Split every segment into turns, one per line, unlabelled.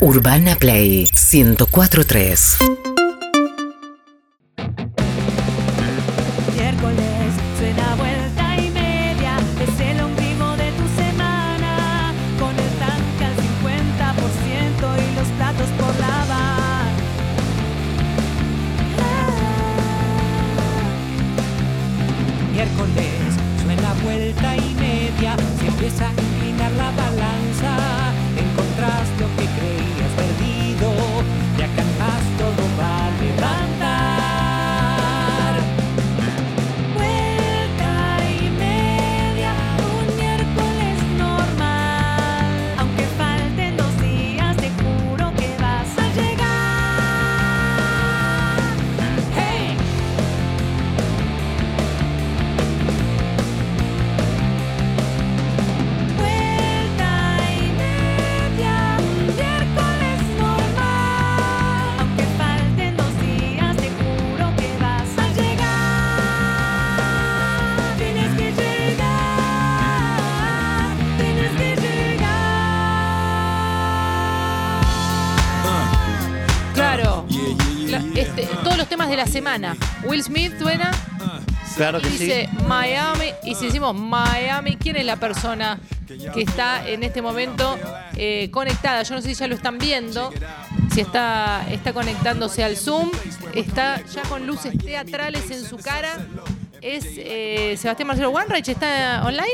Urbana Play 1043.
Miércoles suena vuelta y media, es el ombligo de tu semana. Con el tanque al 50% y los platos por lavar.
Miércoles suena vuelta y media, se empieza a inclinar la balanza. Encontrás lo que creías perdido, ya cantás todo va a levantar.
Vuelta y media, un miércoles normal. Aunque falten dos días, te juro que vas a llegar. ¡Hey! Vuelta y media, un miércoles normal. Aunque falten dos días, te juro que vas a llegar. Tienes que llegar, tienes que llegar.
Claro. Cla- este, todos los temas de la semana. Will Smith suena
Claro
y
que sí.
dice Miami. Y si decimos Miami, ¿quién es la persona que está en este momento eh, conectada? Yo no sé si ya lo están viendo. Si está, está conectándose al Zoom. Está ya con luces teatrales en su cara. Es eh, Sebastián Marcelo Wanreich. ¿Está online?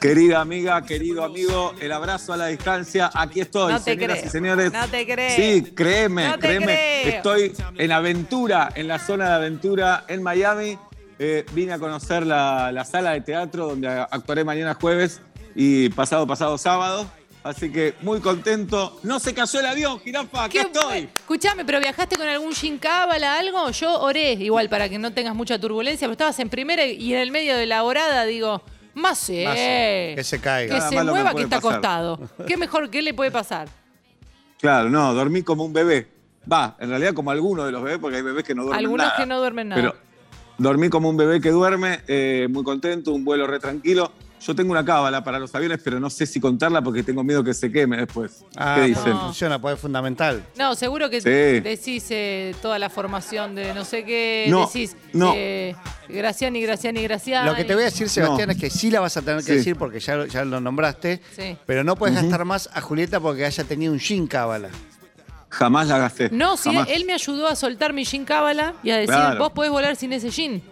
Querida amiga, querido amigo, el abrazo a la distancia. Aquí estoy,
No te
señoras
creo.
y señores.
No te creo.
Sí, créeme,
No te
créeme.
creo.
Estoy en aventura, en la zona de aventura, en Miami. Eh, vine a conocer la, la sala de teatro donde actuaré mañana jueves y pasado, pasado sábado. Así que muy contento. No se cayó el avión, jirafa, aquí
¿Qué
estoy.
fue? Escuchame, pero viajaste con algún Shinkábala, algo. Yo oré igual para que no tengas mucha turbulencia, pero estabas en primera y en el medio de la orada digo, más sé,
Más sé, que se caiga.
Que
Nada
se
malo me
mueva que
puede
está
pasar.
acostado. ¿Qué mejor que le puede pasar?
Claro, no, dormí como un bebé. Va, en realidad como algunos de los bebés, porque hay bebés que no duermen
Algunos
nada.
que no duermen nada.
Pero dormí como un bebé que duerme, eh, muy contento, un vuelo re tranquilo. Yo tengo una cábala para los aviones, pero no sé si contarla porque tengo miedo que se queme después.
Ah,
¿Qué
pero
dicen?
funciona, pues es fundamental.
No, seguro que
Sí.
decís eh, toda la formación de no sé qué,
No,
decís
no.
eh, Graciani, Graciani, Graciani.
Lo que te voy a decir, Sebastián,
No.
es que sí la vas a tener que
Sí.
decir porque ya, lo- ya lo nombraste,
Sí.
pero no puedes gastar más a Julieta porque haya tenido un Shin Cábala.
Jamás la gasté.
No, sí,
jamás.
él me ayudó a soltar mi jean cábala y a decir,
Claro.
vos podés volar sin ese jean.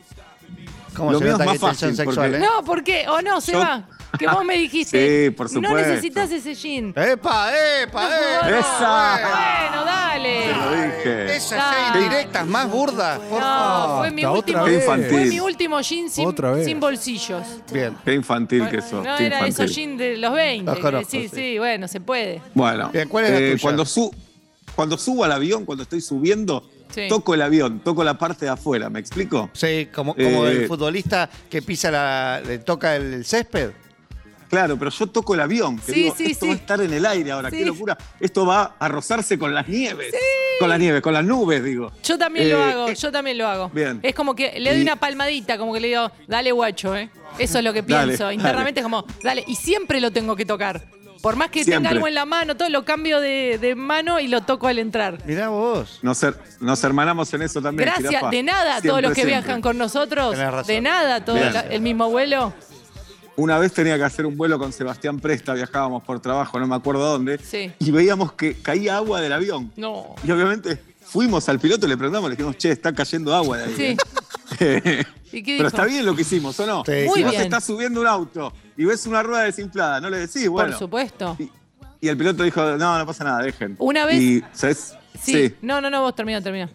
¿Cómo
Lo
se
mío
nota
es
que
más
hay tensión
fácil,
sexual,
porque-
eh?
No, ¿por qué? O no, Seba, que vos me dijiste.
Sí, por
No
supuesto. ¿Eh?
necesitas ese jean.
¡Epa, epa,
No,
epa!
¡Esa!
Bueno, dale.
Te lo dije.
Esas
Ah.
ya indirectas, más burdas, por
No,
favor.
fue mi,
la
último,
otra
vez.
fue mi
Infantil.
último jean sin,
Otra vez.
sin bolsillos.
Bien.
Qué infantil que sos.
no
qué
era esos
infantil.
jeans de los 20.
Los
que
conozco,
sí, sí,
sí.
bueno, se puede.
Bueno, eh,
Bien, ¿cuál es la tuya?
Cuando, su- cuando subo al avión, cuando estoy subiendo,
Sí.
toco el avión, toco la parte de afuera, ¿me explico?
Sí, como, como
Eh.
el futbolista que pisa la. le toca el césped.
Claro, pero yo toco el avión. Que
Sí,
digo,
sí,
esto
sí.
va a estar en el aire ahora,
Sí.
qué locura. Esto va a rozarse con las nieves. Con las nieves, con las nubes, digo.
Yo también lo
Eh,
hago,
eh,
yo también lo hago.
bien.
Es como que le doy
Y-
una palmadita, como que le digo, dale guacho, ¿eh? Eso es lo que
Dale,
pienso.
dale.
Internamente es como, dale, y siempre lo tengo que tocar. Por más que tenga
Siempre.
algo en la mano, todo lo cambio de, de mano y lo toco al entrar.
Mirá vos.
Nos, her- nos hermanamos en eso también.
Gracias,
jirafa.
de nada a todos
Siempre,
los que
siempre.
viajan con nosotros.
Tenés razón.
De nada, todo
Bien.
la- el mismo vuelo.
Una vez tenía que hacer un vuelo con Sebastián Presta, viajábamos por trabajo, no me acuerdo dónde.
Sí.
Y veíamos que caía agua del avión.
No.
Y obviamente fuimos al piloto, le preguntamos, le dijimos, che, está cayendo agua de ahí.
Sí.
¿eh".
¿Y qué dijo?
Pero está bien lo que hicimos, ¿o no?
Sí,
si
Muy
vos
bien.
estás subiendo un auto y ves una rueda desinflada, no le decís, bueno.
Por supuesto.
Y, y el piloto dijo, no, no pasa nada, dejen.
Una vez-
Y, ¿sabes?
Sí. No, no, no, vos termina, termina.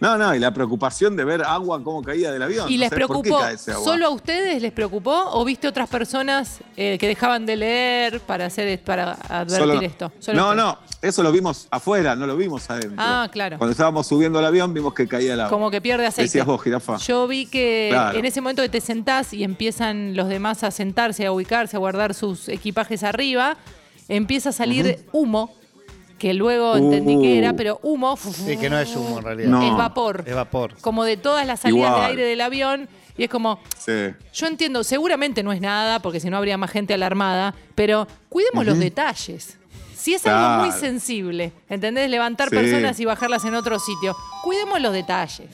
No, no, y la preocupación de ver agua como caía del avión.
¿Y
No
les
sé, ¿por qué
preocupó?
cae ese agua?
¿Solo a ustedes les preocupó o viste otras personas eh, que dejaban de leer para hacer para advertir
Solo-
esto? Solo
No,
ustedes.
no, eso lo vimos afuera, no lo vimos adentro.
Ah, claro.
Cuando estábamos subiendo al avión vimos que caía el agua.
Como que pierde aceite.
Ah, Decías vos, jirafa.
Yo vi que
Claro.
en ese momento que te sentás y empiezan los demás a sentarse, a ubicarse, a guardar sus equipajes arriba, empieza a salir humo, que luego entendí que era,
Uh.
pero humo
Sí, que no es humo en realidad.
No.
es vapor.
Es vapor.
Como de todas las salidas de
Igual.
aire del avión. Y es como,
Sí.
yo entiendo, seguramente no es nada, porque si no habría más gente alarmada, pero cuidemos los detalles. Si es algo muy
Claro.
sensible, ¿entendés? Levantar
Sí.
personas y bajarlas en otro sitio. Cuidemos los detalles.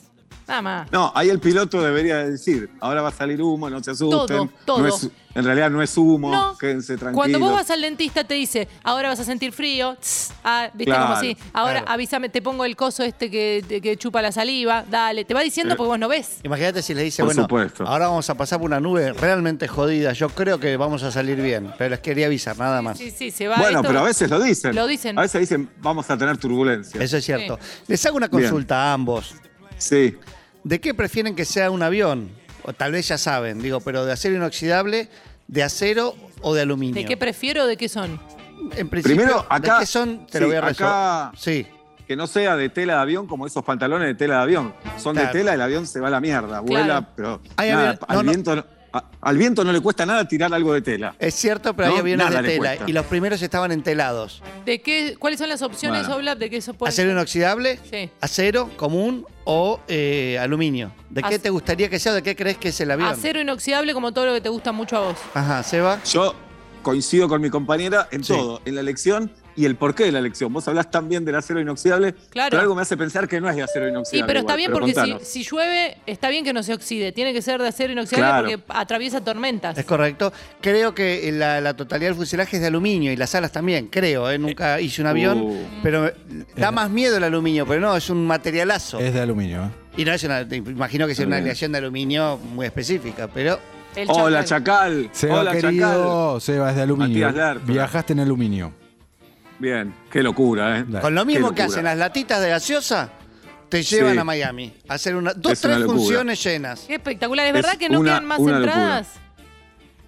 Nada más.
No, ahí el piloto debería decir, ahora va a salir humo, no se asusten.
Todo, todo.
No es- en realidad no es humo,
No.
quédense tranquilos.
Cuando vos vas al dentista te dice, ahora vas a sentir frío, tss, ah, viste
Claro,
como así, ahora
claro.
avísame, te pongo el coso este que, te- que chupa la saliva, dale, te va diciendo
Eh.
porque vos no ves.
Imagínate si le dice,
Por
bueno,
supuesto.
ahora vamos a pasar por una nube realmente jodida. Yo creo que vamos a salir bien, pero les quería avisar, nada más.
Sí, sí, se va.
Bueno,
esto-
pero a veces lo dicen.
Lo dicen.
A veces dicen, vamos a tener turbulencia.
Eso es cierto. Les hago una consulta a ambos.
Sí.
¿De qué prefieren que sea un avión? O tal vez ya saben, digo, pero de acero inoxidable, de acero o de aluminio.
¿De qué prefiero o de qué son?
En principio,
Primero, acá-
¿de qué son? Te
sí,
lo voy a resolver.
acá-
Sí.
Que no sea de tela de avión como esos pantalones de tela de avión. Son
Claro.
de tela, el avión se va a la mierda. Vuela, pero
Hay
nada,
avión-
al,
no, no.
Viento, no- a- al viento no le cuesta nada tirar algo de tela.
Es cierto, pero
No,
hay aviones
nada
de
le
tela
cuesta.
y los primeros estaban entelados.
¿De qué, ¿Cuáles son las opciones,
Bueno.
Oblap, de qué eso puede
¿Acero
ser?
inoxidable?
Sí.
¿Acero común o eh, aluminio? ¿De qué
Ac-
te gustaría que sea o de qué crees que es el avión?
Acero inoxidable como todo lo que te gusta mucho a vos.
Ajá, Seba.
Yo coincido con mi compañera en
Sí.
todo, en la elección y el porqué de la elección. Vos hablás también del acero inoxidable,
Claro.
pero algo me hace pensar que no es de acero inoxidable.
Sí, pero está
igual,
bien porque si,
contanos.
si llueve, está bien que no se oxide. Tiene que ser de acero inoxidable
Claro.
porque atraviesa tormentas.
Es correcto. Creo que la, la totalidad del fuselaje es de aluminio y las alas también, creo. ¿eh? Nunca hice un avión,
Uh.
pero me- da más miedo el aluminio, pero no, es un materialazo.
Es de aluminio, ¿eh?
Y no es una, imagino que es una aleación de aluminio muy específica, pero
El
Hola,
chacal.
Chacal.
Seba,
Hola,
querido. Seba, es de aluminio.
Matías Lertora.
Viajaste en aluminio.
Chacal. Bien, qué locura, ¿eh?
Dale.
con lo
Qué
mismo que
locura.
hacen las latitas de gaseosa, te llevan
Sí.
a Miami a hacer una, dos,
Es una
tres
locura.
funciones llenas.
Qué espectacular. ¿Es
Es
verdad que no
una-
quedan más
una locura.
entradas?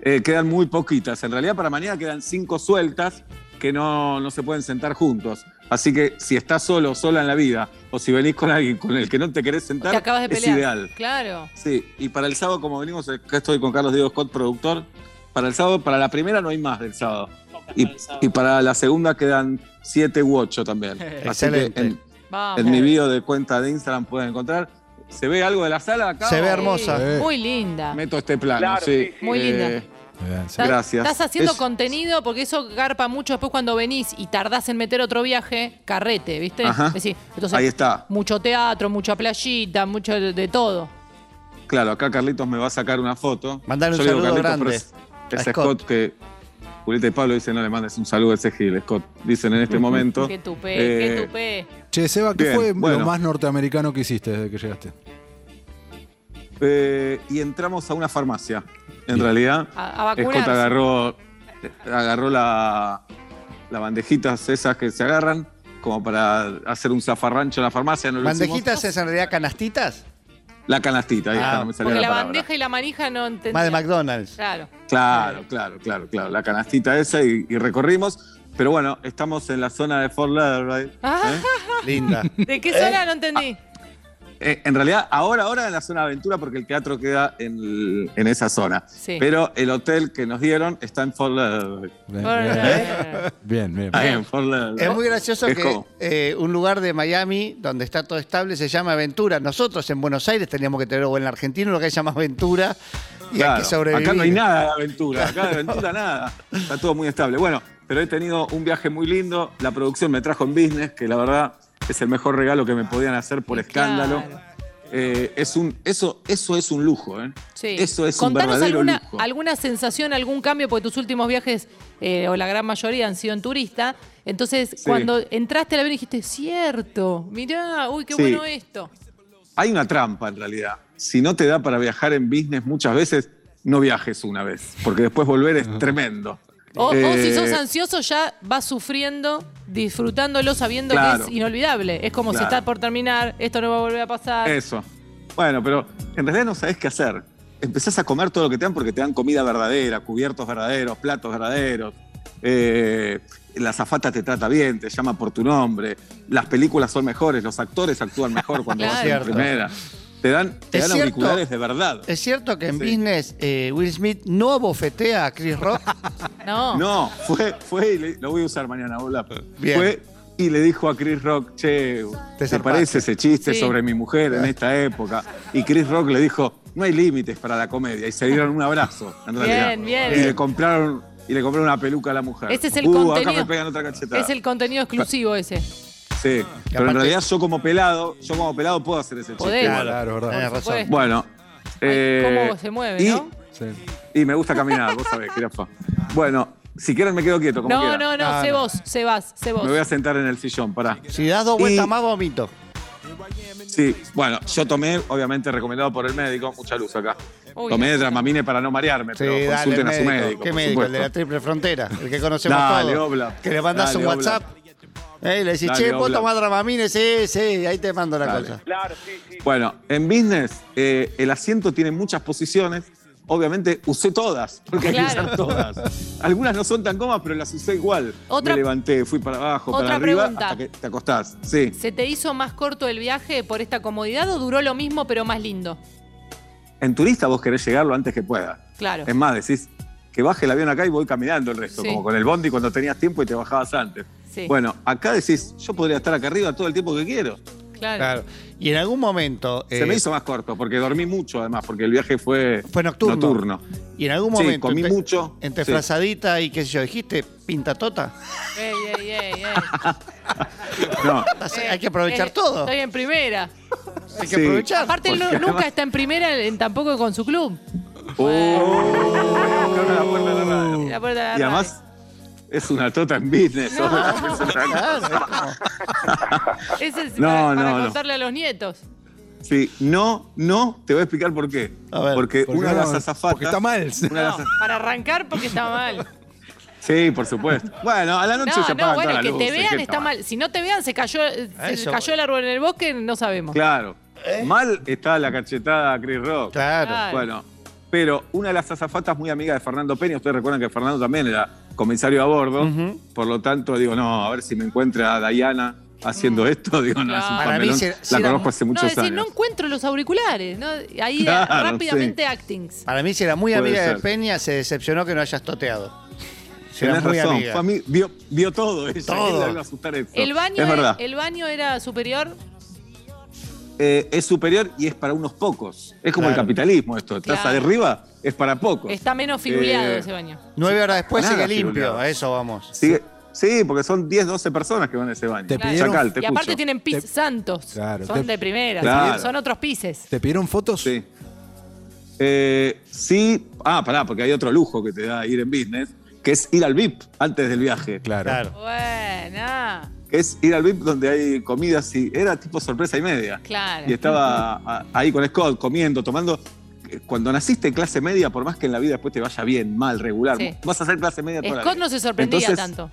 Eh, quedan muy poquitas. En realidad, para mañana quedan cinco sueltas que no, no se pueden sentar juntos. Así que si estás solo o sola en la vida, o si venís con alguien con el que no te querés sentar,
Te acabas de
es
pelear.
ideal.
Claro.
Sí, y para el sábado, como venimos, acá estoy con Carlos Diego Scott, productor. Para el sábado, para la primera no hay más del sábado. Y, y para la segunda quedan siete u ocho también. Así que
Excelente.
en,
Vamos.
en mi bio de cuenta de Instagram pueden encontrar. ¿Se ve algo de la sala acá?
Se ve
o
hermosa.
Sí,
Eh.
Muy linda.
Meto este plano, sí. eh,
Muy linda.
Bien, Seba.
Estás-
gracias.
Estás haciendo
Es-
contenido porque eso garpa mucho después cuando venís y tardás en meter otro viaje, carrete, ¿viste?
Ajá.
Es decir, entonces,
Ahí está.
Mucho teatro, mucha playita, mucho de, de todo.
Claro, acá Carlitos me va a sacar una foto.
Mandale un
Yo le digo
saludo
Carlitos,
grande
pero Es,
a
es Scott.
Scott
que Julieta y Pablo dicen, no le mandes un saludo a ese Gil, Scott. Dicen en este momento.
Qué tupé,
Eh,
qué tupé.
Che, Seba, ¿qué
Bien,
fue
bueno.
lo más norteamericano que hiciste desde que llegaste?
Eh, y entramos a una farmacia. En
Bien.
realidad,
A- a
Scott
vacunarse.
agarró, agarró la, las bandejitas esas que se agarran como para hacer un zafarrancho en la farmacia. No lo hicimos.
¿Bandejitas es en realidad canastitas?
La canastita, ahí
Ah,
está, no me salía
Porque la,
palabra.
bandeja y la manija no entendía.
Más de McDonald's.
Claro.
Claro, claro, claro, claro. La canastita esa y, y recorrimos. Pero bueno, estamos en la zona de Fort Lauderdale.
Ah.
¿eh?
Linda.
¿De qué zona no entendí?
Eh, en realidad, ahora, ahora en la zona de aventura, porque el teatro queda en, el- en esa zona.
Sí.
Pero el hotel que nos dieron está en Fort Lauderdale.
Bien,
Eh.
bien. bien, bien.
Ahí en Fort Lauderdale.
Es muy gracioso
Es
que
como-
eh, un lugar de Miami donde está todo estable se llama Aventura. Nosotros en Buenos Aires teníamos que tener, o en la Argentina, lo que se llama Aventura. Y hay
Claro,
que sobrevivir.
Acá no hay nada de aventura, acá de aventura nada. Está todo muy estable. Bueno, pero he tenido un viaje muy lindo. La producción me trajo en business, que la verdad es el mejor regalo que me podían hacer por escándalo.
Claro.
Eh, es un, eso, eso es un lujo, ¿eh?
Sí.
Eso es un
Contanos
verdadero
alguna,
lujo.
alguna sensación, algún cambio, porque tus últimos viajes, eh, o la gran mayoría, han sido en turista. Entonces,
Sí.
cuando entraste al avión dijiste, cierto, mirá, uy, qué
Sí.
bueno esto.
Hay una trampa en realidad. Si no te da para viajar en business muchas veces, no viajes una vez, porque después volver es tremendo.
O, o si
Eh,
sos ansioso, ya vas sufriendo, disfrutándolo, sabiendo
Claro.
que es inolvidable. Es como si
Claro.
está por terminar, esto no va a volver a pasar.
Eso. Bueno, pero en realidad no sabes qué hacer. Empezás a comer todo lo que te dan porque te dan comida verdadera, cubiertos verdaderos, platos verdaderos. Eh, la zafata te trata bien, te llama por tu nombre. Las películas son mejores, los actores actúan mejor cuando vas en
Claro.
primera. Te dan, te
Es
dan
cierto.
auriculares de verdad.
¿Es cierto que en
Sí.
business eh, Will Smith no abofetea a Chris Rock?
No.
No, fue, fue y le- lo voy a usar mañana, hola.
Bien.
Fue y le dijo a Chris Rock, che,
Te
¿te,
zarpaste.
parece ese chiste
Sí.
sobre mi mujer en esta época? Y Chris Rock le dijo, no hay límites para la comedia. Y se dieron un abrazo, en
Bien,
realidad.
bien.
Y le compraron, y le compré una peluca a la mujer.
Ese es el
uh,
contenido.
acá me pegan otra cachetada.
Es el contenido exclusivo ese.
Sí, pero
aparte-
en realidad yo como pelado, yo como pelado puedo hacer ese
Podés.
chiste.
Claro, es
Tenés
verdad.
razón.
Pues,
Bueno. eh,
cómo se mueve,
y-
¿no?
Sí.
Y me gusta caminar, vos sabés, jirafa. Bueno, si quieren me quedo quieto, como
No,
quieran.
no, no,
Ah,
sé
no.
vos, se vas, se vos.
Me voy a sentar en el sillón, pará.
Si das dos vueltas
Y-
más, vomito.
Sí, bueno, yo tomé, obviamente recomendado por el médico, mucha luz acá.
Uy,
tomé
no.
dramamine para no marearme,
Sí,
pero
dale, el
consulten a su
médico.
médico.
¿Qué
por
médico? El de la
supuesto.
triple frontera, el que conocemos
Dale,
todos.
obla.
Que le mandás
Dale,
un
obla.
WhatsApp. eh, y le decís,
Dale,
che, vos
obla.
tomás Dramamine, sí, sí, ahí te mando la
Dale.
cosa.
Bueno, en business eh, el asiento tiene muchas posiciones. Obviamente usé todas, porque hay que
Claro.
usar todas. Algunas no son tan cómodas, pero las usé igual.
Otra-
Me levanté, fui para abajo,
Otra
para arriba,
pregunta.
hasta que te acostás. Sí.
¿Se te hizo más corto el viaje por esta comodidad o duró lo mismo pero más lindo?
En turista vos querés llegar lo antes que pueda.
Claro.
Es más, decís que baje el avión acá y voy caminando el resto,
Sí.
como con el bondi cuando tenías tiempo y te bajabas antes.
Sí.
Bueno, acá decís, yo podría estar acá arriba todo el tiempo que quiero.
Claro.
Claro. Y en algún momento.
Se
eh,
me hizo más corto, porque dormí mucho además, porque el viaje fue,
Fue nocturno. Y en algún
Sí,
momento.
comí
entre-
mucho.
Entre
Sí.
frazadita y qué sé yo, dijiste, pinta tota.
Ey, ey, ey, ey.
No,
Ey,
Hay que aprovechar
ey,
todo.
Estoy en primera.
Hay que
Sí.
aprovechar.
Aparte, él no-
Porque
nunca
además-
está en primera en- tampoco con su club.
Tocaron Oh, la puerta de la radio.
La puerta de la
Uh. Y además es una tota en business. obvio, es otra cosa.
Claro, es como-
radio. Ese es
No,
para, para
no, no.
contarle a los nietos.
Sí, no, no, te voy a explicar por qué.
A ver,
porque,
Porque
una de
no,
las azafatas.
Porque está mal.
una de las-
No, para arrancar porque está mal.
Sí, por supuesto. Bueno, a la noche
No, no,
se apagan todas
bueno,
las
que te
luces,
vean
¿qué
está mal. Si no te vean, se cayó, eh,
A
se
eso
cayó el árbol en el bosque, no sabemos.
Claro. Mal está la cachetada a Chris Rock.
¿Eh? claro.
Claro.
Bueno, pero una de las azafatas muy amiga de Fernando Peña, ustedes recuerdan que Fernando también era comisario a bordo, por lo tanto digo, no, a ver si me encuentra a Dayana haciendo esto, digo, no, es
Mm.
un
Claro.
Para mí
papelón.
si- si
la
era-
conozco hace
No,
muchos
es decir, no
años.
encuentro los auriculares. ¿no? Ahí eh,
Claro,
rápidamente
sí.
actings.
Para mí, si era muy
Puede
amiga de
ser.
Peña, se decepcionó que no hayas toteado. Si era
Tenés
muy
razón,
amiga.
fue a mí- vio, vio todo ella,
Todo.
le iba a asustar esto.
El baño,
es
era,
verdad,
el baño era superior.
Eh, es superior y es para unos pocos, es como
Claro.
el capitalismo esto, estás
Claro.
arriba, es para pocos.
Está menos fibuleado
Eh,
ese baño.
Nueve horas después
Nada,
sigue limpio,
figurado.
a eso vamos.
Sigue- sí, porque son 10, 12 personas que van a ese baño.
Te
Claro.
pidieron-
Chacal, te
y aparte
escucho.
tienen pis
Te-
santos.
Claro,
son
te-
de primera.
Claro.
Son otros pises.
¿Te pidieron fotos?
Sí. Eh, sí. Ah, pará, porque hay otro lujo que te da ir en business, que es ir al VIP antes del viaje.
Claro.
Claro.
Buena.
Que es ir al VIP donde hay comidas y era tipo sorpresa y media.
Claro.
Y estaba a- ahí con Scott comiendo, tomando. Cuando naciste en clase media, por más que en la vida después te vaya bien, mal, regular,
Sí.
vas a ser clase media toda la
Scott
vida.
no se sorprendía
Entonces,
tanto.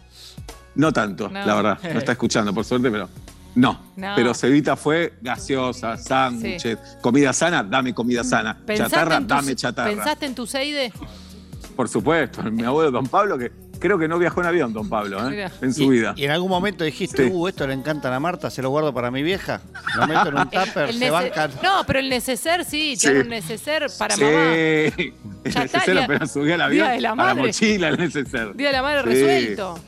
No tanto,
No.
la verdad. No está escuchando, por suerte, pero. No.
No.
Pero Cevita fue gaseosa, sándwiches, comida sana, dame comida sana. chatarra,
en tu-
dame chatarra.
¿Pensaste en tu Seide?
Por supuesto, mi abuelo Don Pablo, que creo que no viajó en avión, Don Pablo, ¿eh?
Mira.
en su
Y,
vida.
y en algún momento dijiste,
Sí.
uh, esto le encanta a la Marta, se lo guardo para mi vieja. Lo meto en un tupper,
El
se
nece-
bancan.
No, pero el neceser sí,
Sí.
tiene un neceser para
sí,
mamá.
el
Ya está,
neceser
día-
apenas subí al avión,
día de la
a la
madre.
mochila el neceser.
Día de la madre
Sí.
resuelto.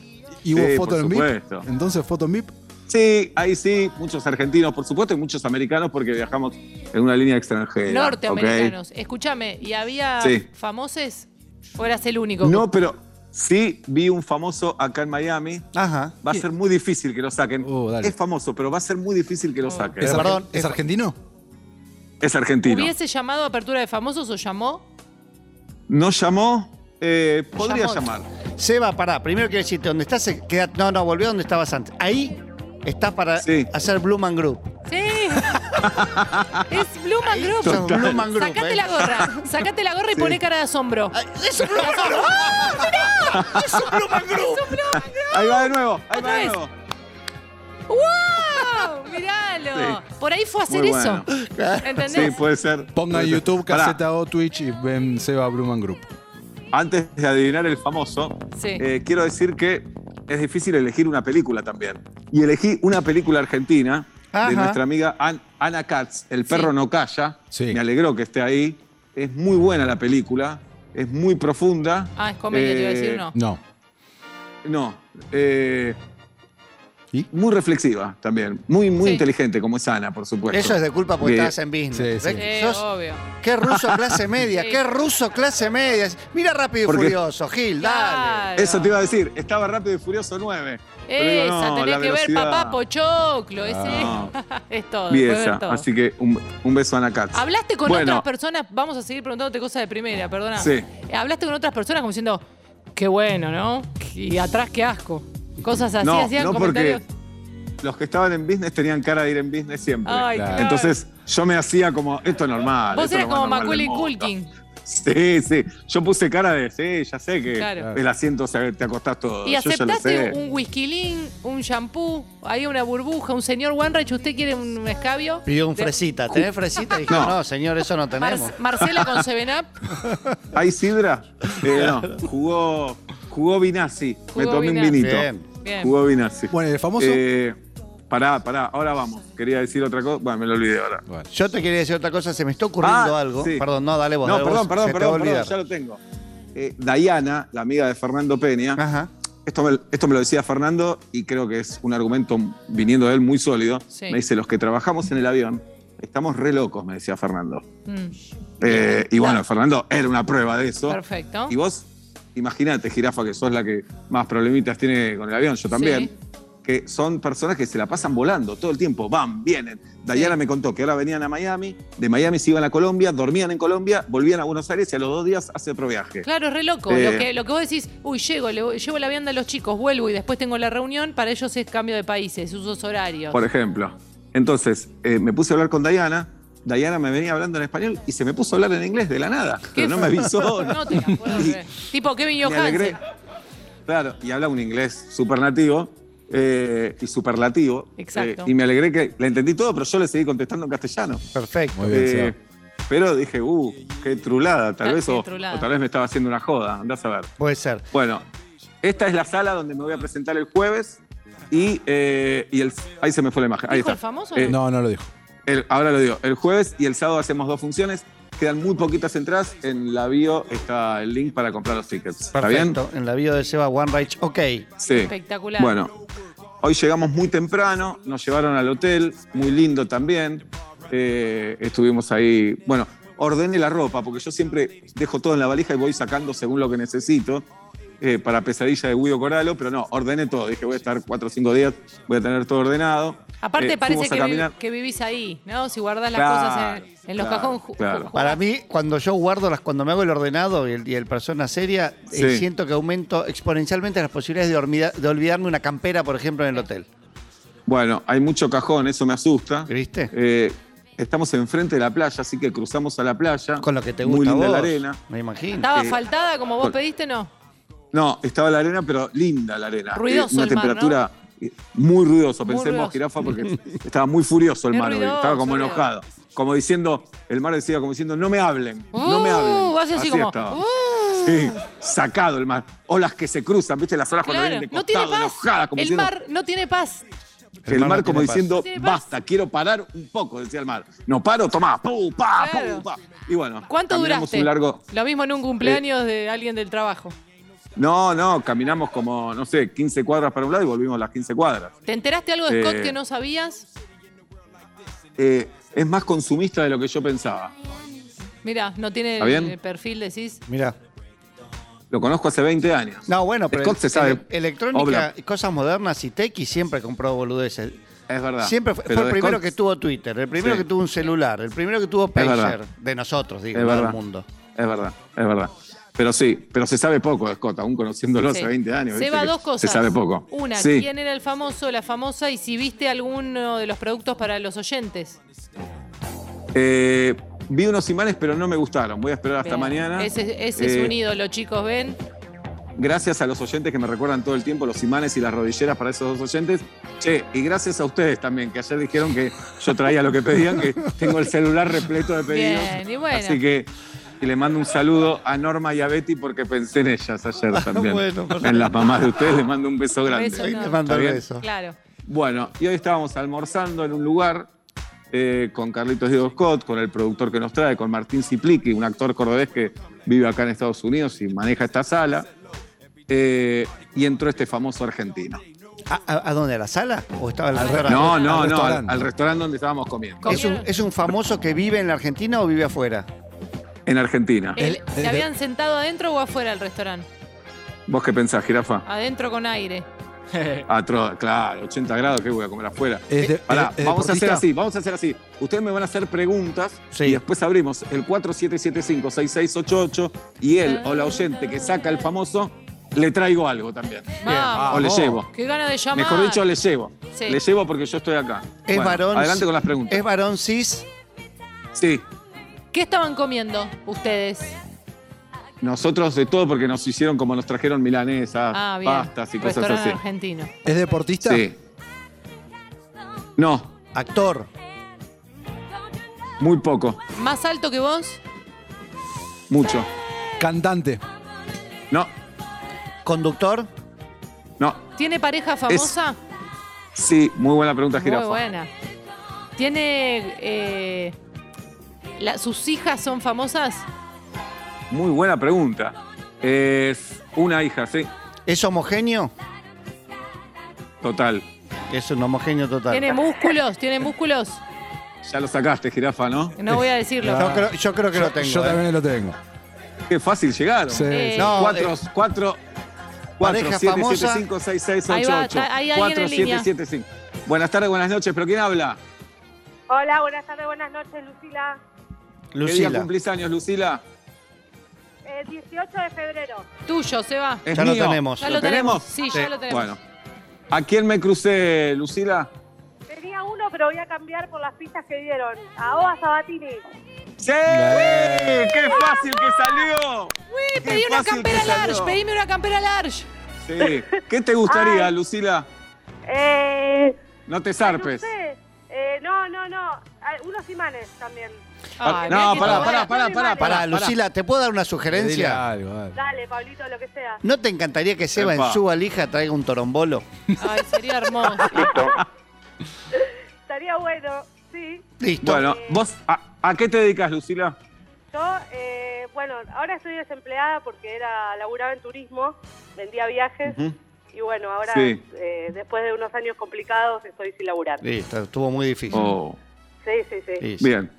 ¿Y hubo
Sí,
foto
por
en
supuesto. Eh,
VIP? Entonces, foto en VIP.
Sí, ahí sí, muchos argentinos, por supuesto, y muchos americanos porque viajamos en una línea extranjera. ¿ok?
Norteamericanos. Escúchame, ¿y había
Sí.
famosos? ¿O eras el único?
No, pero sí vi un famoso acá en Miami.
Ajá.
Va a ser muy difícil que lo saquen.
Oh, dale.
es famoso, pero va a ser muy difícil
Oh.
que lo saquen.
¿Es,
Es,
argen-
Perdón,
¿es
es-
argentino?
argentino.
¿Hubiese llamado a apertura de famosos o llamó?
¿No llamó? Eh, podría
Llamó.
llamar.
Seba, pará, primero quiero decirte, ¿dónde estás? Se queda- no, no, volví a donde estabas antes. Ahí estás para
Sí.
hacer Blue Man Group.
Sí. es Blue Man Group.
Sos Blue Man Group.
Sacate
eh.
la gorra, sacate la gorra y poné cara de asombro.
Ay, ¡Es un Blue Man Group! ¡Es un
Ah,
Blue Man Group!
Ahí va de nuevo, ahí
Otra
va de
vez.
nuevo.
¡Wow! Miralo.
Sí.
Por ahí fue a hacer
Muy
eso.
bueno. Sí,
¿Entendés?
puede ser.
Ponga
Puede
en
ser.
YouTube,
Pará,
caseta o Twitch y ven Seba Bluman Group.
Antes de adivinar el famoso,
Sí.
eh, quiero decir que es difícil elegir una película también. Y elegí una película argentina
Ajá.
de nuestra amiga An- Ana Katz, El perro
Sí.
no calla.
Sí.
Me alegró que esté ahí. Es muy buena la película, es muy profunda. Eh,
Ah, es comedia, te iba a decir, no.
No.
No. eh,
¿Y?
Muy reflexiva también. Muy, muy
Sí.
inteligente, como es Ana, por supuesto. Eh,
Eso es de culpa porque
Bien.
estabas en business.
Sí, sí.
¿Ves?
Sí,
Sos-
Eh, obvio.
Qué ruso clase media,
Sí.
qué ruso clase media. Mira rápido y
Porque-
furioso, Gil, dale.
Claro.
Eso te iba a decir. Estaba rápido y furioso 9. Pero digo,
Esa,
no,
tenés
la
que ver
velocidad.
papá pochoclo, ese
No.
es todo.
Vi
puedes ver
esa.
todo.
Así que un, un beso a Ana Katz.
Hablaste con
Bueno.
otras personas, vamos a seguir preguntándote cosas de primera, perdona.
Sí.
Hablaste con otras personas como diciendo, qué bueno, ¿no? Y atrás qué asco. Cosas así
no,
hacían
no
comentarios.
porque los que estaban en business tenían cara de ir en business siempre.
Ay,
Claro.
claro.
Entonces yo me hacía como, esto es normal.
Vos
esto es
eras
lo más
como
normal
Macaulay
del mundo".
Culkin.
Sí, sí. Yo puse cara de, sí, ya sé que
Claro.
el asiento se, te acostás todo.
Y
Yo ya lo sé.
aceptaste un whisky un shampoo, ahí una burbuja, un señor One Ranch, ¿usted quiere un escabio?
Pidió un fresita. ¿Tenés fresita? Dije, no.
No.
señor, eso no
Mar-
tenemos.
Marcela con Seven Up.
¿Hay sidra? Eh, no, jugó, jugó Vinazzi. Me
Jugó
tomé
Vinazzi.
un vinito.
Bien.
Bien.
Jugó Vinazzi.
Bueno, ¿y el famoso?
Eh, pará, pará, ahora vamos. Quería decir otra cosa. Bueno, me lo olvidé ahora.
Bueno.
Yo te quería decir otra cosa, se me está ocurriendo
Ah,
algo.
sí.
Perdón, no, dale vos.
No,
dale vos,
perdón, perdón,
se te va a
perdón, perdón,
olvidar.
ya lo tengo. Eh, Dayana, la amiga de Fernando Peña,
Ajá.
esto me, esto me lo decía Fernando y creo que es un argumento viniendo de él muy sólido.
Sí.
Me dice, los que trabajamos en el avión estamos re locos, me decía Fernando.
Mm,
Eh, y bueno, Fernando era una prueba de eso.
perfecto.
Y vos, imagínate, jirafa, que sos la que más problemitas tiene con el avión, yo también. Que son personas que se la pasan volando todo el tiempo, van, vienen. Dayana me contó que ahora venían a Miami, de Miami se iban a Colombia, dormían en Colombia, volvían a Buenos Aires y a los dos días hace otro viaje.
Claro, es re loco.
Eh.
Lo, que, lo que vos decís, uy, llego, le, llevo la vianda a los chicos, vuelvo y después tengo la reunión, para ellos es cambio de países, usos horarios.
Por ejemplo. Entonces, eh, me puse a hablar con Dayana. Dayana me venía hablando en español y se me puso a hablar en inglés de la nada.
¿Qué
Pero no me avisó.
No te la puedo creer. Tipo Kevin
Me alegré.
Johansen.
Claro, y habla un inglés supernativo eh, y superlativo.
Exacto.
Eh, y me alegré que la entendí todo, pero yo le seguí contestando en castellano.
Perfecto.
Muy bien,
Eh,
Seba.
pero dije, uh, qué trulada, tal
Ah,
vez,
qué
o,
trulada.
o tal vez me estaba haciendo una joda, andás a ver.
Puede ser.
Bueno, esta es la sala donde me voy a presentar el jueves y, eh, y el, ahí se me fue la imagen. Ahí
¿Dijo
está.
el famoso?
Eh,
No, no lo dijo.
el- ahora lo digo, el jueves y el sábado hacemos dos funciones. Quedan muy poquitas entradas. En la bio está el link para comprar los tickets. ¿Está bien?
Perfecto. En la bio de Seba One Rage. Ok.
Sí.
Espectacular.
Bueno, hoy llegamos muy temprano, nos llevaron al hotel, muy lindo también. Eh, estuvimos ahí. Bueno, ordené la ropa, porque yo siempre dejo todo en la valija y voy sacando según lo que necesito. eh, para pesadilla de Guido Coralo, pero no, ordené todo. Dije, voy a estar cuatro o cinco días, voy a tener todo ordenado.
Aparte
Eh,
parece
fuimos a
que, vi-
caminar.
que vivís ahí, ¿no? Si guardás las cosas
Claro,
en, en los
claro,
cajones. ju-
claro.
ju-
Para mí, cuando yo guardo las, cuando me hago el ordenado y el, y el persona seria, eh,
Sí.
siento que aumento exponencialmente las posibilidades de, hormida- de olvidarme una campera, por ejemplo, en el hotel.
Bueno, hay mucho cajón, eso me asusta.
¿Viste?
Eh, estamos enfrente de la playa, así que cruzamos a la playa.
Con lo que te
Muy
gusta a
linda
vos.
la arena.
Me imagino.
¿Estaba
eh,
faltada como vos
con-
pediste? No.
No, estaba la arena, pero linda la arena.
Ruidoso
una
el mar,
temperatura eh, muy ruidoso,
Muy
pensemos,
ruidoso.
jirafa, porque estaba muy furioso el
Qué
mar hoy.
ruidoso,
Estaba como
ruidoso.
enojado. Como diciendo, el mar decía como diciendo, no me hablen, no me
Uh,
hablen.
vas así como,
estaba.
uh.
Sí, sacado el mar. Olas que se cruzan, ¿viste? Las olas cuando
Claro,
vienen de
no tiene
costado,
paz.
enojadas, como
el
diciendo,
mar no tiene paz.
El mar,
no
como
tiene paz.
diciendo,
Tiene paz.
basta, quiero parar un poco, decía el mar. No paro, tomá, pu, pa, pu,
Claro.
pa. Y bueno,
¿Cuánto
caminamos
duraste?
un largo... eh,
Lo mismo en un cumpleaños de alguien del trabajo.
No, no, caminamos como, no sé, 15 cuadras para un lado y volvimos las 15 cuadras.
¿Te enteraste algo de Scott
Eh,
que no sabías?
Eh, es más consumista de lo que yo pensaba.
Mira, no tiene
¿Está bien?
el perfil, decís.
Mirá.
Lo conozco hace 20 años.
No, bueno, pero
Scott se
el-
sabe.
el- electrónica,
obra.
y cosas modernas y tequi siempre compró boludeces.
Es verdad.
Siempre fue,
Pero
fue el
de
primero
Scott-
que tuvo Twitter, el primero
Sí.
que tuvo un celular, el primero que tuvo pager
verdad.
de nosotros, digo,
Es
no del
verdad.
mundo.
Es verdad, es verdad. Pero sí, pero se sabe poco de Scott, aún conociéndolo
Sí.
hace 20 años.
Se
¿viste?
va
Que
dos cosas.
Se sabe poco.
Una,
Sí.
quién era el famoso, la famosa, y si viste alguno de los productos para los oyentes.
Eh, vi unos imanes, pero no me gustaron. Voy a esperar hasta
Bien.
mañana.
Ese, ese es
Eh,
un ídolo, chicos, ¿ven?
Gracias a los oyentes que me recuerdan todo el tiempo los imanes y las rodilleras para esos dos oyentes. Che, y gracias a ustedes también, que ayer dijeron que yo traía lo que pedían, que tengo el celular repleto de pedidos.
Bien, y bueno.
Así que y le mando un saludo a Norma y a Betty porque pensé en ellas ayer también.
Bueno, perfecto.
en las mamás de ustedes les mando un beso grande.
Beso
Ahí te
enorme.
mando el
¿Está bien?
beso.
Claro.
Bueno, y hoy estábamos almorzando en un lugar eh, con Carlitos Diego Scott, con el productor que nos trae, con Martín Cipliqui, un actor cordobés que vive acá en Estados Unidos y maneja esta sala. Eh, y entró este famoso argentino.
¿A, a- a dónde? ¿A la sala? ¿O estaba en el restaurante?
No, no, no,
Al
al,
restaurante.
al restaurante donde estábamos comiendo.
Com-
¿Es un, es un famoso que vive en la Argentina o vive afuera?
En Argentina.
El-
El-
Eh, ¿Se
el-
habían sentado adentro o afuera del restaurante?
¿Vos qué pensás, jirafa?
Adentro con aire.
Atroz, Ah, claro, 80 grados, ¿qué voy a comer afuera?
Es de-
Pará,
es-
eh,
es
vamos a hacer
deportista.
así, vamos a hacer así. Ustedes me van a hacer preguntas
Sí.
y después abrimos el 4775-6688 y él o la oyente que saca el famoso, le traigo algo también.
Vamos.
O le llevo.
Qué ganas de llamar.
Mejor dicho, le llevo.
Sí.
Le llevo porque yo estoy acá.
¿Es
Bueno,
varón?
Adelante con las preguntas.
¿Es varón cis?
Sí,
¿Qué estaban comiendo ustedes?
nosotros de todo porque nos hicieron como nos trajeron milanesas,
Ah, bien.
pastas y cosas
Restaurante
así.
argentino.
¿Es deportista?
Sí. No,
Actor.
muy poco,
¿Más alto que vos?
mucho.
Cantante.
No,
Conductor.
no.
¿Tiene pareja famosa?
Sí, muy buena pregunta,
Muy
Jirafa.
buena. ¿Tiene. eh, la- ¿Sus hijas son famosas?
Muy buena pregunta. Es una hija, sí,
¿Es homogéneo?
total.
Es un homogéneo total.
¿Tiene músculos? ¿Tiene músculos?
Ya lo sacaste, jirafa, ¿no?
No voy a decirlo.
Yo creo, yo creo que lo tengo.
Yo
¿eh?
también lo tengo.
Qué fácil llegaron.
Sí,
Eh,
sí.
No,
cuatro,
eh,
cuatro, cuatro,
pareja
siete,
famosa.
siete, cinco, seis, seis,
Ahí
ocho,
va,
ocho.
está- hay alguien
Cuatro,
en
siete,
línea.
siete, cinco. Buenas tardes, buenas noches, pero ¿quién habla?
Hola, buenas tardes, buenas noches, Lucila.
¿Qué día
Lucila.
cumplís años, Lucila?
Eh, 18 de febrero.
Tuyo, se va.
Es
Ya lo
mío.
tenemos.
Ya
¿Lo,
lo tenemos.
tenemos?
Sí, ya lo tenemos.
Bueno. ¿A quién me crucé, Lucila?
Tenía uno, pero voy a cambiar por las pistas que dieron. A Oa Sabatini.
¡Sí! ¡Qué fácil que salió!
Uy,
Qué
pedí una
fácil que
campera large,
salió.
pedime una campera large.
Sí. ¿Qué te gustaría, Lucila?
Eh,
No te
ay,
zarpes.
No, sé. Eh, no, no, no. Ah, Unos imanes también.
Ah,
Ay, mirá
no,
que
pará,
todo-
para-
pará, pará, pará,
Pará,
pará.
Lucila, ¿te puedo dar una
Dile
sugerencia?
algo, dale.
Dale, Pablito, lo que sea.
¿No te encantaría que Seba
Epa.
en su valija traiga un torombolo?
Ay, sería hermoso.
Estaría bueno, sí.
Listo.
Bueno, vos, a, a qué te dedicas, Lucila?
Yo, eh, bueno, ahora estoy desempleada porque era laburaba en turismo, vendía viajes. Y bueno, ahora,
Sí.
eh, después de unos años complicados, estoy sin laburar. Sí,
Listo, estuvo muy difícil.
Oh,
sí, sí.
Listo.
bien.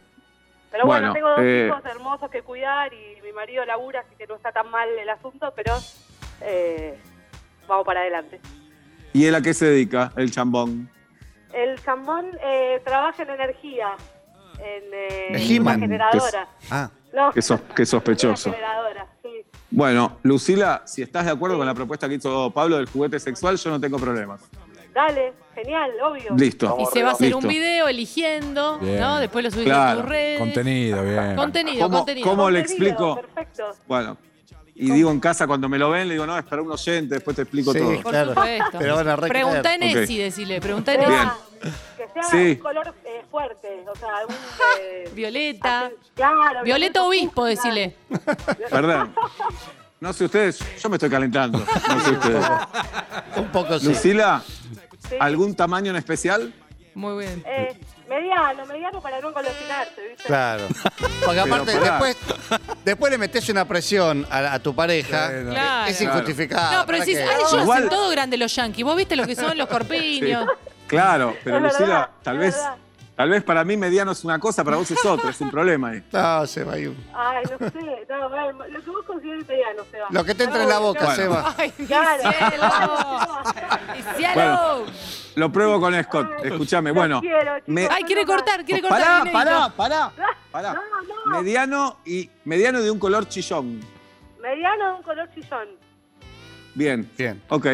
Pero bueno,
Bueno,
tengo dos
eh,
hijos hermosos que cuidar y mi marido labura, así que no está tan mal el asunto, pero eh, vamos para adelante.
¿Y él a qué se dedica, el chambón?
El chambón eh, trabaja en energía, en eh,
De
una
He-Man,
generadora.
Ah,
No,
Qué, sos- qué sospechoso.
Una generadora, sí.
Bueno, Lucila, si estás de acuerdo con la propuesta que hizo Pablo del juguete sexual, yo no tengo problemas.
Dale, genial, obvio.
Listo.
Y se va a hacer un
Listo.
video eligiendo,
Bien.
¿no? Después lo subís a
Claro.
tus redes.
Contenido, bien.
Contenido,
¿Cómo-
contenido.
cómo le
Contenido,
explico?
Perfecto.
Bueno, y digo en casa cuando me lo ven, le digo, no, espera un oyente, después te explico
Sí.
todo.
Por
Claro.
supuesto.
Pero van a recreer.
Preguntá en
Ok.
Esi, decile. Preguntá en
Pero,
Esi.
Bien.
ah, Que sea
Sí.
un color eh, fuerte, o sea, algún... eh,
Violeta.
así, claro,
Violeta Obispo,
Obispo,
decile.
Perdón. No sé ustedes, yo me estoy calentando. No sé ustedes.
un poco sí.
Lucila,
Sí.
¿algún tamaño en especial?
Muy bien.
Eh, mediano, mediano para no colocinarse, ¿viste?
Claro. Porque aparte,
pará.
después, después le metes una presión a, a tu pareja.
Bueno.
Claro.
Es injustificada.
No, pero
¿para
decís,
qué?
ah, ellos
Igual-
hacen todo grande los yanquis. Vos viste lo que son los corpiños.
Claro, pero
Es verdad,
Lucila, tal
es
vez,
verdad.
tal vez para mí mediano es una cosa, para vos es otra, es un problema ahí.
No, Seba, hay un-
Ay, no sé. No, bueno, lo que vos consideres mediano, Seba.
Lo que te entra en la boca,
Bueno.
Seba.
Ay,
Claro.
Cielo. Cielo.
eh, Lo pruebo con Scott, escúchame.
Los
Bueno,
quiero, chicos,
me-
Ay, quiere cortar, quiere cortar.
pará,
inédito.
pará, pará, pará.
No, no.
Mediano y mediano de un color chillón.
Mediano de un color chillón.
Bien.
Bien.
Ok,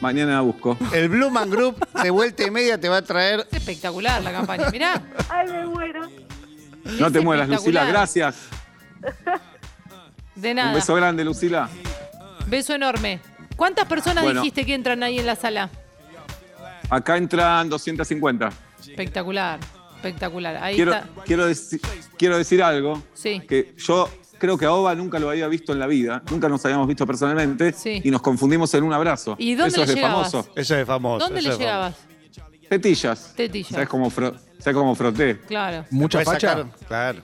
mañana la busco.
El Blue Man Group de vuelta y media te va a traer.
Es espectacular la campaña. Mirá.
Ay, me muero.
No te mueras, Lucila,
espectacular.
gracias.
De
Un
nada.
beso grande, Lucila.
Beso enorme. ¿Cuántas personas
Bueno.
dijiste que entran ahí en la sala?
Acá entran 250.
Espectacular, espectacular. Ahí
Quiero,
está.
quiero, deci- quiero decir algo.
Sí.
Que yo creo que a Oba nunca lo había visto en la vida. Nunca nos habíamos visto personalmente.
Sí.
Y nos confundimos en un abrazo.
¿Y dónde
Eso
le
es de
llegabas?
famoso.
Eso es famoso.
¿Dónde le
eso es famoso.
llegabas?
Tetillas.
Tetillas.
¿Sabes cómo, fro- sabés cómo froté?
Claro.
¿Mucha
Puedes
facha?
sacar- Claro.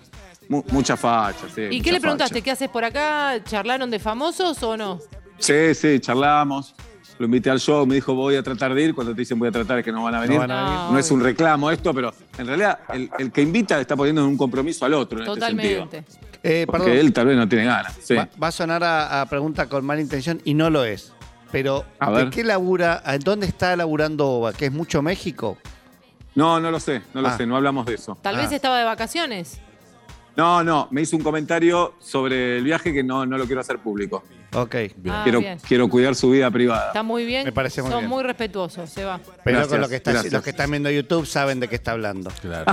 Mu- mucha facha, sí.
¿Y
Eh, mucha
qué le preguntaste?
facha.
¿Qué haces por acá? ¿Charlaron de famosos o no?
Sí, sí, charlamos. lo invité al show, me dijo voy a tratar de ir, cuando te dicen voy a tratar es que no van a venir.
van a venir.
No es un reclamo esto, pero en realidad el, el que invita está poniendo en un compromiso al otro en este
Totalmente.
sentido.
Eh,
Porque
perdón,
él tal vez no tiene ganas. sí.
va, va a sonar a, a pregunta con mala intención y no lo es. Pero,
A
¿de
ver.
qué labura? ¿A dónde está laburando Oba? ¿Que es mucho México?
No, no lo sé, no lo
Ah.
sé, no hablamos de eso.
Tal
Ah.
vez estaba de vacaciones.
No, no, me hizo un comentario sobre el viaje que no, no lo quiero hacer público.
Ok.
Ah,
quiero,
bien.
quiero cuidar su vida privada.
Está muy bien.
Me parece muy
Son
bien.
muy respetuosos, se va.
Pero
Gracias,
con lo que está,
gracias.
los que están viendo YouTube saben de qué está hablando.
Claro.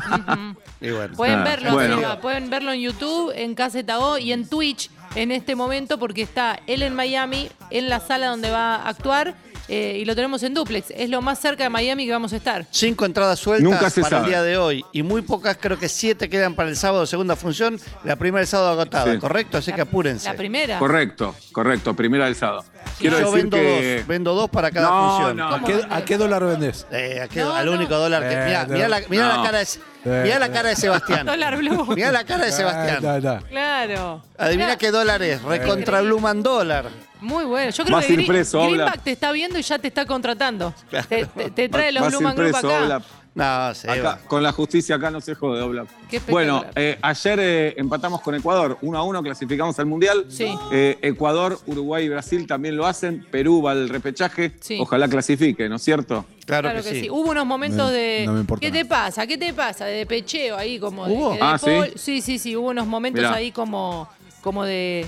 Y bueno.
Pueden
Ah,
verlo,
bueno.
Seba, pueden verlo en YouTube, en Caseta O y en Twitch en este momento porque está él en Miami, en la sala donde va a actuar eh, y lo tenemos en duplex. Es lo más cerca de Miami que vamos a estar.
Cinco entradas sueltas
Nunca se
para el
sabe.
día de hoy y muy pocas, creo que siete quedan para el sábado, segunda función, la primera el sábado agotada,
Sí.
¿correcto? Así que apúrense.
La primera.
Correcto, correcto, primera del sábado. Quiero
Yo
decir
vendo
que
dos, vendo dos para cada
No,
función.
no,
¿A qué, a qué dólar vendés?
Eh, aquí-
No,
al
no.
único dólar que.
Eh,
Mirá,
no.
mirá la, mirá la
No. Eh,
cara de, mirá la cara de Sebastián.
Dólar blue.
Mirá la cara de
Ah,
Sebastián.
da, da.
Claro.
Adivina
Mirá,
qué dólar es.
Eh.
Recontra Bluman dólar.
Muy bueno. Yo creo
Vas
que
a ir
Green-
preso,
Greenback
Oblak.
te está viendo y ya te está contratando. Te, te- te trae los
Vas a ir
Blumen Group
preso,
acá.
Oblak.
No, se
Acá, con la justicia acá no se jode, Oblak.
Qué espectacular.
Bueno, eh, ayer eh, empatamos con Ecuador, 1 a 1, clasificamos al Mundial.
Sí.
Eh, Ecuador, Uruguay y Brasil también lo hacen. Perú va al repechaje.
Sí.
Ojalá clasifique, ¿no es cierto?
Claro,
Claro que, sí. Hubo unos momentos
No,
de.
no me importa
¿Qué te pasa? ¿Qué te pasa? De pecheo ahí, como. de-
¿Hubo?
de
Ah, ¿sí?
pol- sí, sí, sí, Hubo unos momentos
Mirá.
ahí como. como de.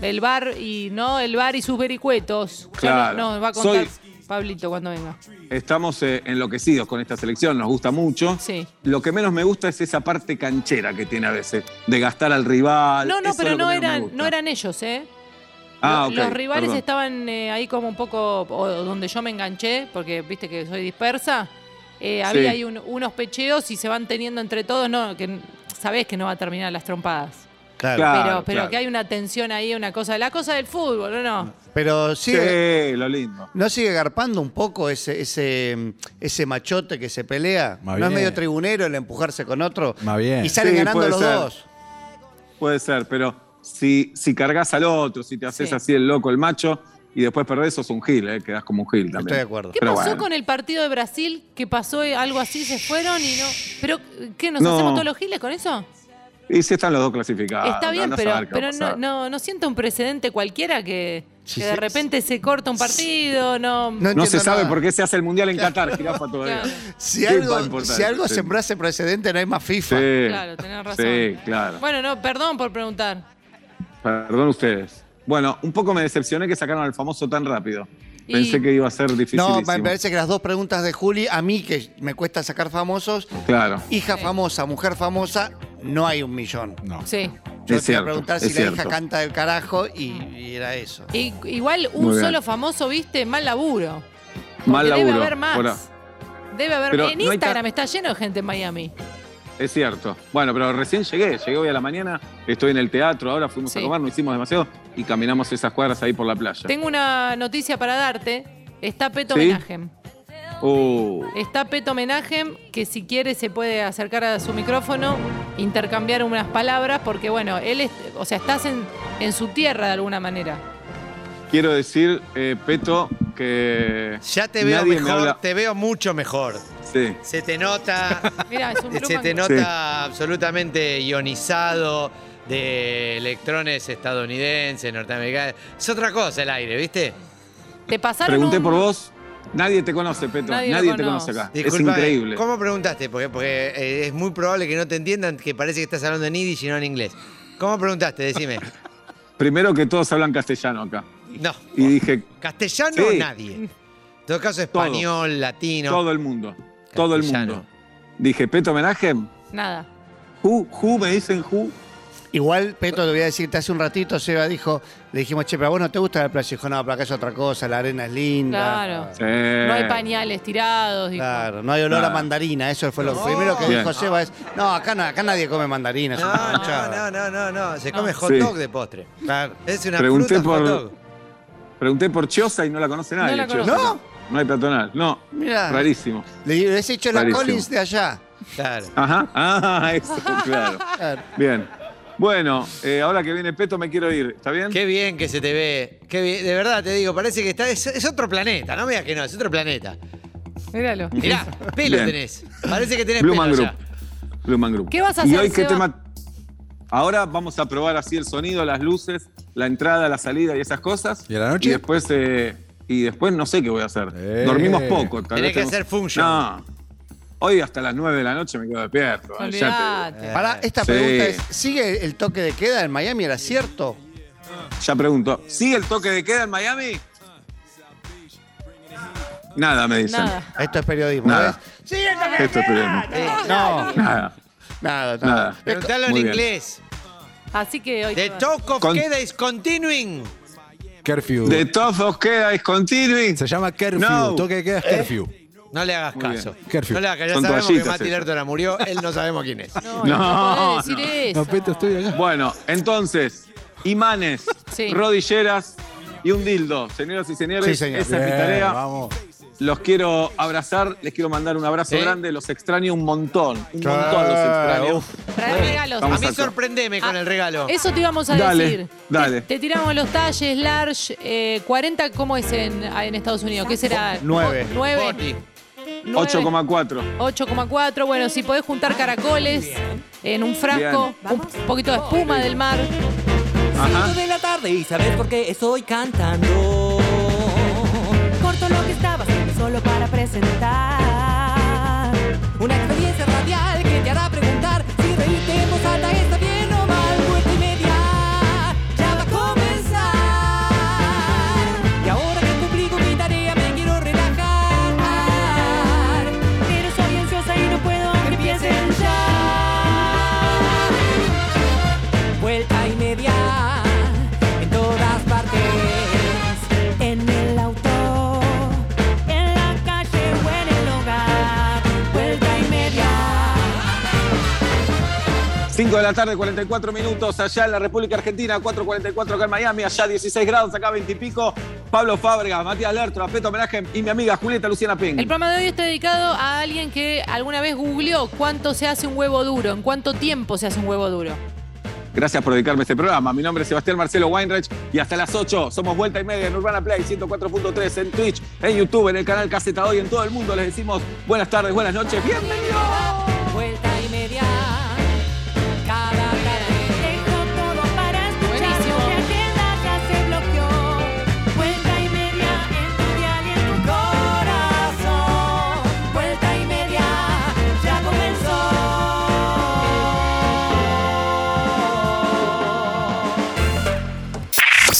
Del bar y. ¿No? El bar y sus vericuetos. Ya
Claro.
No, nos va a contar
Soy-
Pablito cuando venga.
Estamos eh, enloquecidos con esta selección, nos gusta mucho.
Sí.
Lo que menos me gusta es esa parte canchera que tiene a veces, de gastar al rival.
No, no,
Eso
pero
es lo
no
que menos me
eran,
gusta.
no eran ellos, ¿eh? Lo-
Ah, ok,
Los rivales
perdón.
estaban eh, ahí como un poco, o donde yo me enganché, porque viste que soy dispersa. Eh, Había ahí un- unos pecheos y se van teniendo entre todos, no, que n- sabés que no va a terminar las trompadas.
Claro.
Claro.
Pero,
Mm,
pero que hay una tensión ahí, una cosa, la cosa del fútbol, ¿no? no.
Pero
Sí,
sigue,
lo lindo.
¿no sigue garpando un poco ese, ese, ese machote que se pelea?
Más
¿No es
bien.
medio tribunero el empujarse con otro?
Más bien.
Y salen
Sí,
ganando
puede
los
ser.
dos.
Puede ser, pero si, si cargas al otro, si te haces
Sí.
así el loco, el macho, y después perdés, sos un gil, ¿eh? quedás como un gil también.
Estoy de acuerdo.
¿Qué
Pero
pasó
bueno.
con el partido de Brasil? Que pasó eh, algo así, se fueron y no. ¿Pero qué? ¿Nos
No. Ah,
hacemos todos los giles con eso?
Y si están los dos clasificados.
Está bien,
andás a
pero,
ver qué va a
pero no,
pasar.
no, no siento un precedente cualquiera que,
Sí,
que de
sí.
repente se corta un partido, no.
No se
entiendo
sabe
nada.
por qué se hace el mundial en Qatar, jirafa todavía.
Claro.
Si
Sí, va a
algo,
importar,
si algo
sí.
sembrase precedente, no hay más FIFA.
Sí,
Claro, tenés razón.
Sí, claro.
Bueno, no, perdón por preguntar.
Perdón ustedes. Bueno, un poco me decepcioné que sacaron al famoso tan rápido.
Y-
Pensé que iba a ser difícil.
No, me parece que las dos preguntas de Juli, a mí que me cuesta sacar famosos,
Claro.
hija famosa, mujer famosa, no hay un millón.
No.
Sí.
Yo
es
te iba a
cierto,
preguntar
es
si la hija
cierto.
canta del carajo y, y era eso.
I- igual
Muy
un
bien.
solo famoso, viste, mal laburo. Porque
Mal laburo.
Debe haber más.
Bueno,
Debe haber
Pero
En
no hay
Instagram
ta-
está lleno de gente en Miami.
Es cierto. Bueno, pero recién llegué, llegué hoy a la mañana, estoy en el teatro, ahora fuimos
Sí.
a comer, no hicimos demasiado y caminamos esas cuadras ahí por la playa.
Tengo una noticia para darte. Está Peto
Sí.
Homenaje.
Uh,
Está Peto Homenaje, que si quiere se puede acercar a su micrófono, intercambiar unas palabras, porque bueno, él es, o sea, estás en, en su tierra de alguna manera.
quiero decir, eh, Peto, que.
Ya te veo
nadie me
mejor,
habla-
te veo mucho mejor.
Sí.
Se te nota,
Mira, es un
se
plumón.
te nota absolutamente ionizado de electrones estadounidenses, norteamericanos. Es otra cosa el aire, ¿viste?
Te pasaron
Pregunté
un-
por vos, nadie te conoce, Peto,
Nadie
nadie,
lo
te
conoce.
conoce acá.
Disculpa, eh,
es increíble.
¿Cómo preguntaste? Porque, porque eh, es muy probable que no te entiendan, que parece que estás hablando en yiddish y no en inglés. ¿Cómo preguntaste? Decime.
Primero que todos hablan castellano acá.
No.
Y dije,
Castellano
Sí.
nadie. En todo caso, español, latino.
todo el mundo, todo el
Castellano.
mundo. Dije, Peto homenaje,
Nada.
who, who me dicen who.
Igual, Peto, te voy a decirte hace un ratito, Seba dijo, le dijimos, che, pero a vos no te gusta la playa. Y dijo, no, pero acá es otra cosa, la arena es linda.
Claro. No
Eh,
hay pañales tirados. dijo.
Claro, no hay olor a
Claro.
mandarina, eso fue lo primero que
Bien.
dijo Seba es, no, acá, no- acá nadie come mandarina, es una
No, no,
manchada".
no, no, no, no. Se come
No.
hot
Ah, Sí.
dog de postre.
Claro.
Es una
Pregunté
fruta hot
por-
dog.
Pregunté por Chiosa y no la conoce nadie.
la
Chiosa.
conoce.
¿No? No hay peatonal, no.
Mirá.
Rarísimo.
Le digo, "Les he hecho la
Clarísimo.
Collins de allá.
Claro.
Ajá. Ah, eso, claro.
Claro.
Bien. Bueno, eh, ahora que viene Peto me quiero ir, ¿está bien?
Qué bien que se te ve. Qué bien. De verdad te digo, parece que está, es, es otro planeta. No veas que no, es otro planeta.
Míralo.
Mirá, pelo
Bien.
tenés. Parece que tenés
Blue
pelo
Man Group.
ya.
Blue Man Group.
¿Qué vas a
¿Y
hacer,
hoy qué
Seba?
tema? Ahora vamos a probar así el sonido, las luces, la entrada, la salida y esas cosas.
¿Y a la noche?
Y después, eh, y después no sé qué voy a hacer.
Eh.
Dormimos poco. tal
Tenés
vez
que
tenemos-
hacer function.
No. Hoy hasta las 9 de la noche me quedo despierto. eh, ya te digo.
Olvidate.
Pará, esta
Sí.
pregunta es, ¿sigue el toque de queda en Miami? ¿Era cierto?
Ya pregunto, ¿sigue el toque de queda en Miami? Nada, me dicen.
Nada.
Esto es periodismo.
Nada.
¿ves? ¡Sigue el toque de
Esto es
queda!
periodismo.
No,
Nada.
nada,
Nada.
nada.
Preguntalo en
Muy bien.
inglés.
Así que hoy. te
The
vas.
talk of
Con-
queda is continuing.
Curfew.
De todos os queda es continuing.
Se llama curfew.
No. Eh.
Toque de queda es curfew.
No le hagas
Muy bien.
caso.
Curfew.
No le hagas caso. Ya
Son
sabemos que
toallitas
Mati
esas.
Lertora murió. Él no sabemos quién es.
No,
No,
no, podés
no.
decir eso.
No, Peto, estoy acá.
Bueno, entonces, imanes,
Sí.
rodilleras y un dildo. Señoras y señores,
Sí, señor.
esa es mi
Bien,
tarea.
Vamos.
Los quiero abrazar, les quiero mandar un abrazo
Sí.
grande. Los extraño un montón. Un
Claro,
montón los extraño.
uf.
Trae regalos.
A
Vamos
mí
a-
sorprendeme con
Ah,
el regalo.
Eso te íbamos a
Dale,
decir.
dale.
Te, te tiramos los talles, large, eh, 40, ¿cómo es en, ah, en Estados Unidos? ¿Qué será?
Nueve.
9.
Boti.
8,4.
8,4. Bueno, si podés juntar caracoles en un frasco, un poquito de espuma del mar.
Ajá.
Cinco de la tarde y sabes por qué estoy cantando.
Corto lo que estaba haciendo solo para presentar.
Una experiencia radial que te hará preguntar si reírte en voz alta está bien o mal. Vuelta y media ya va a comenzar. Y ahora que publico mi tarea me quiero relajar.
Pero soy ansiosa y no puedo que empiecen ya.
Vuelta y media en todas partes.
En el auto, en la calle o en el hogar. Vuelta y media.
5 de la tarde, 44 minutos. Allá en la República Argentina, 4.44 acá en Miami. Allá 16 grados, acá 20 y pico. Pablo Fábregas, Matías Lertora, Peto Homenaje y mi amiga Julieta Luciana
El
Ping.
programa de hoy está dedicado a alguien que alguna vez googleó cuánto se hace un huevo duro, en cuánto tiempo se hace un huevo duro.
Gracias por dedicarme este programa. Mi nombre es Sebastián Marcelo Weinreich y hasta las 8 somos Vuelta y Media en Urbana Play 104.3 en Twitch, en YouTube, en el canal Caseta Hoy, en todo el mundo. Les decimos buenas tardes, buenas noches, bienvenidos.
Vuelta y media cada tarde.
Dejo todo para escuchar
Buenísimo.
lo que agenda ya se bloqueó. Vuelta y media en tu dial y en tu corazón. Vuelta y media ya comenzó.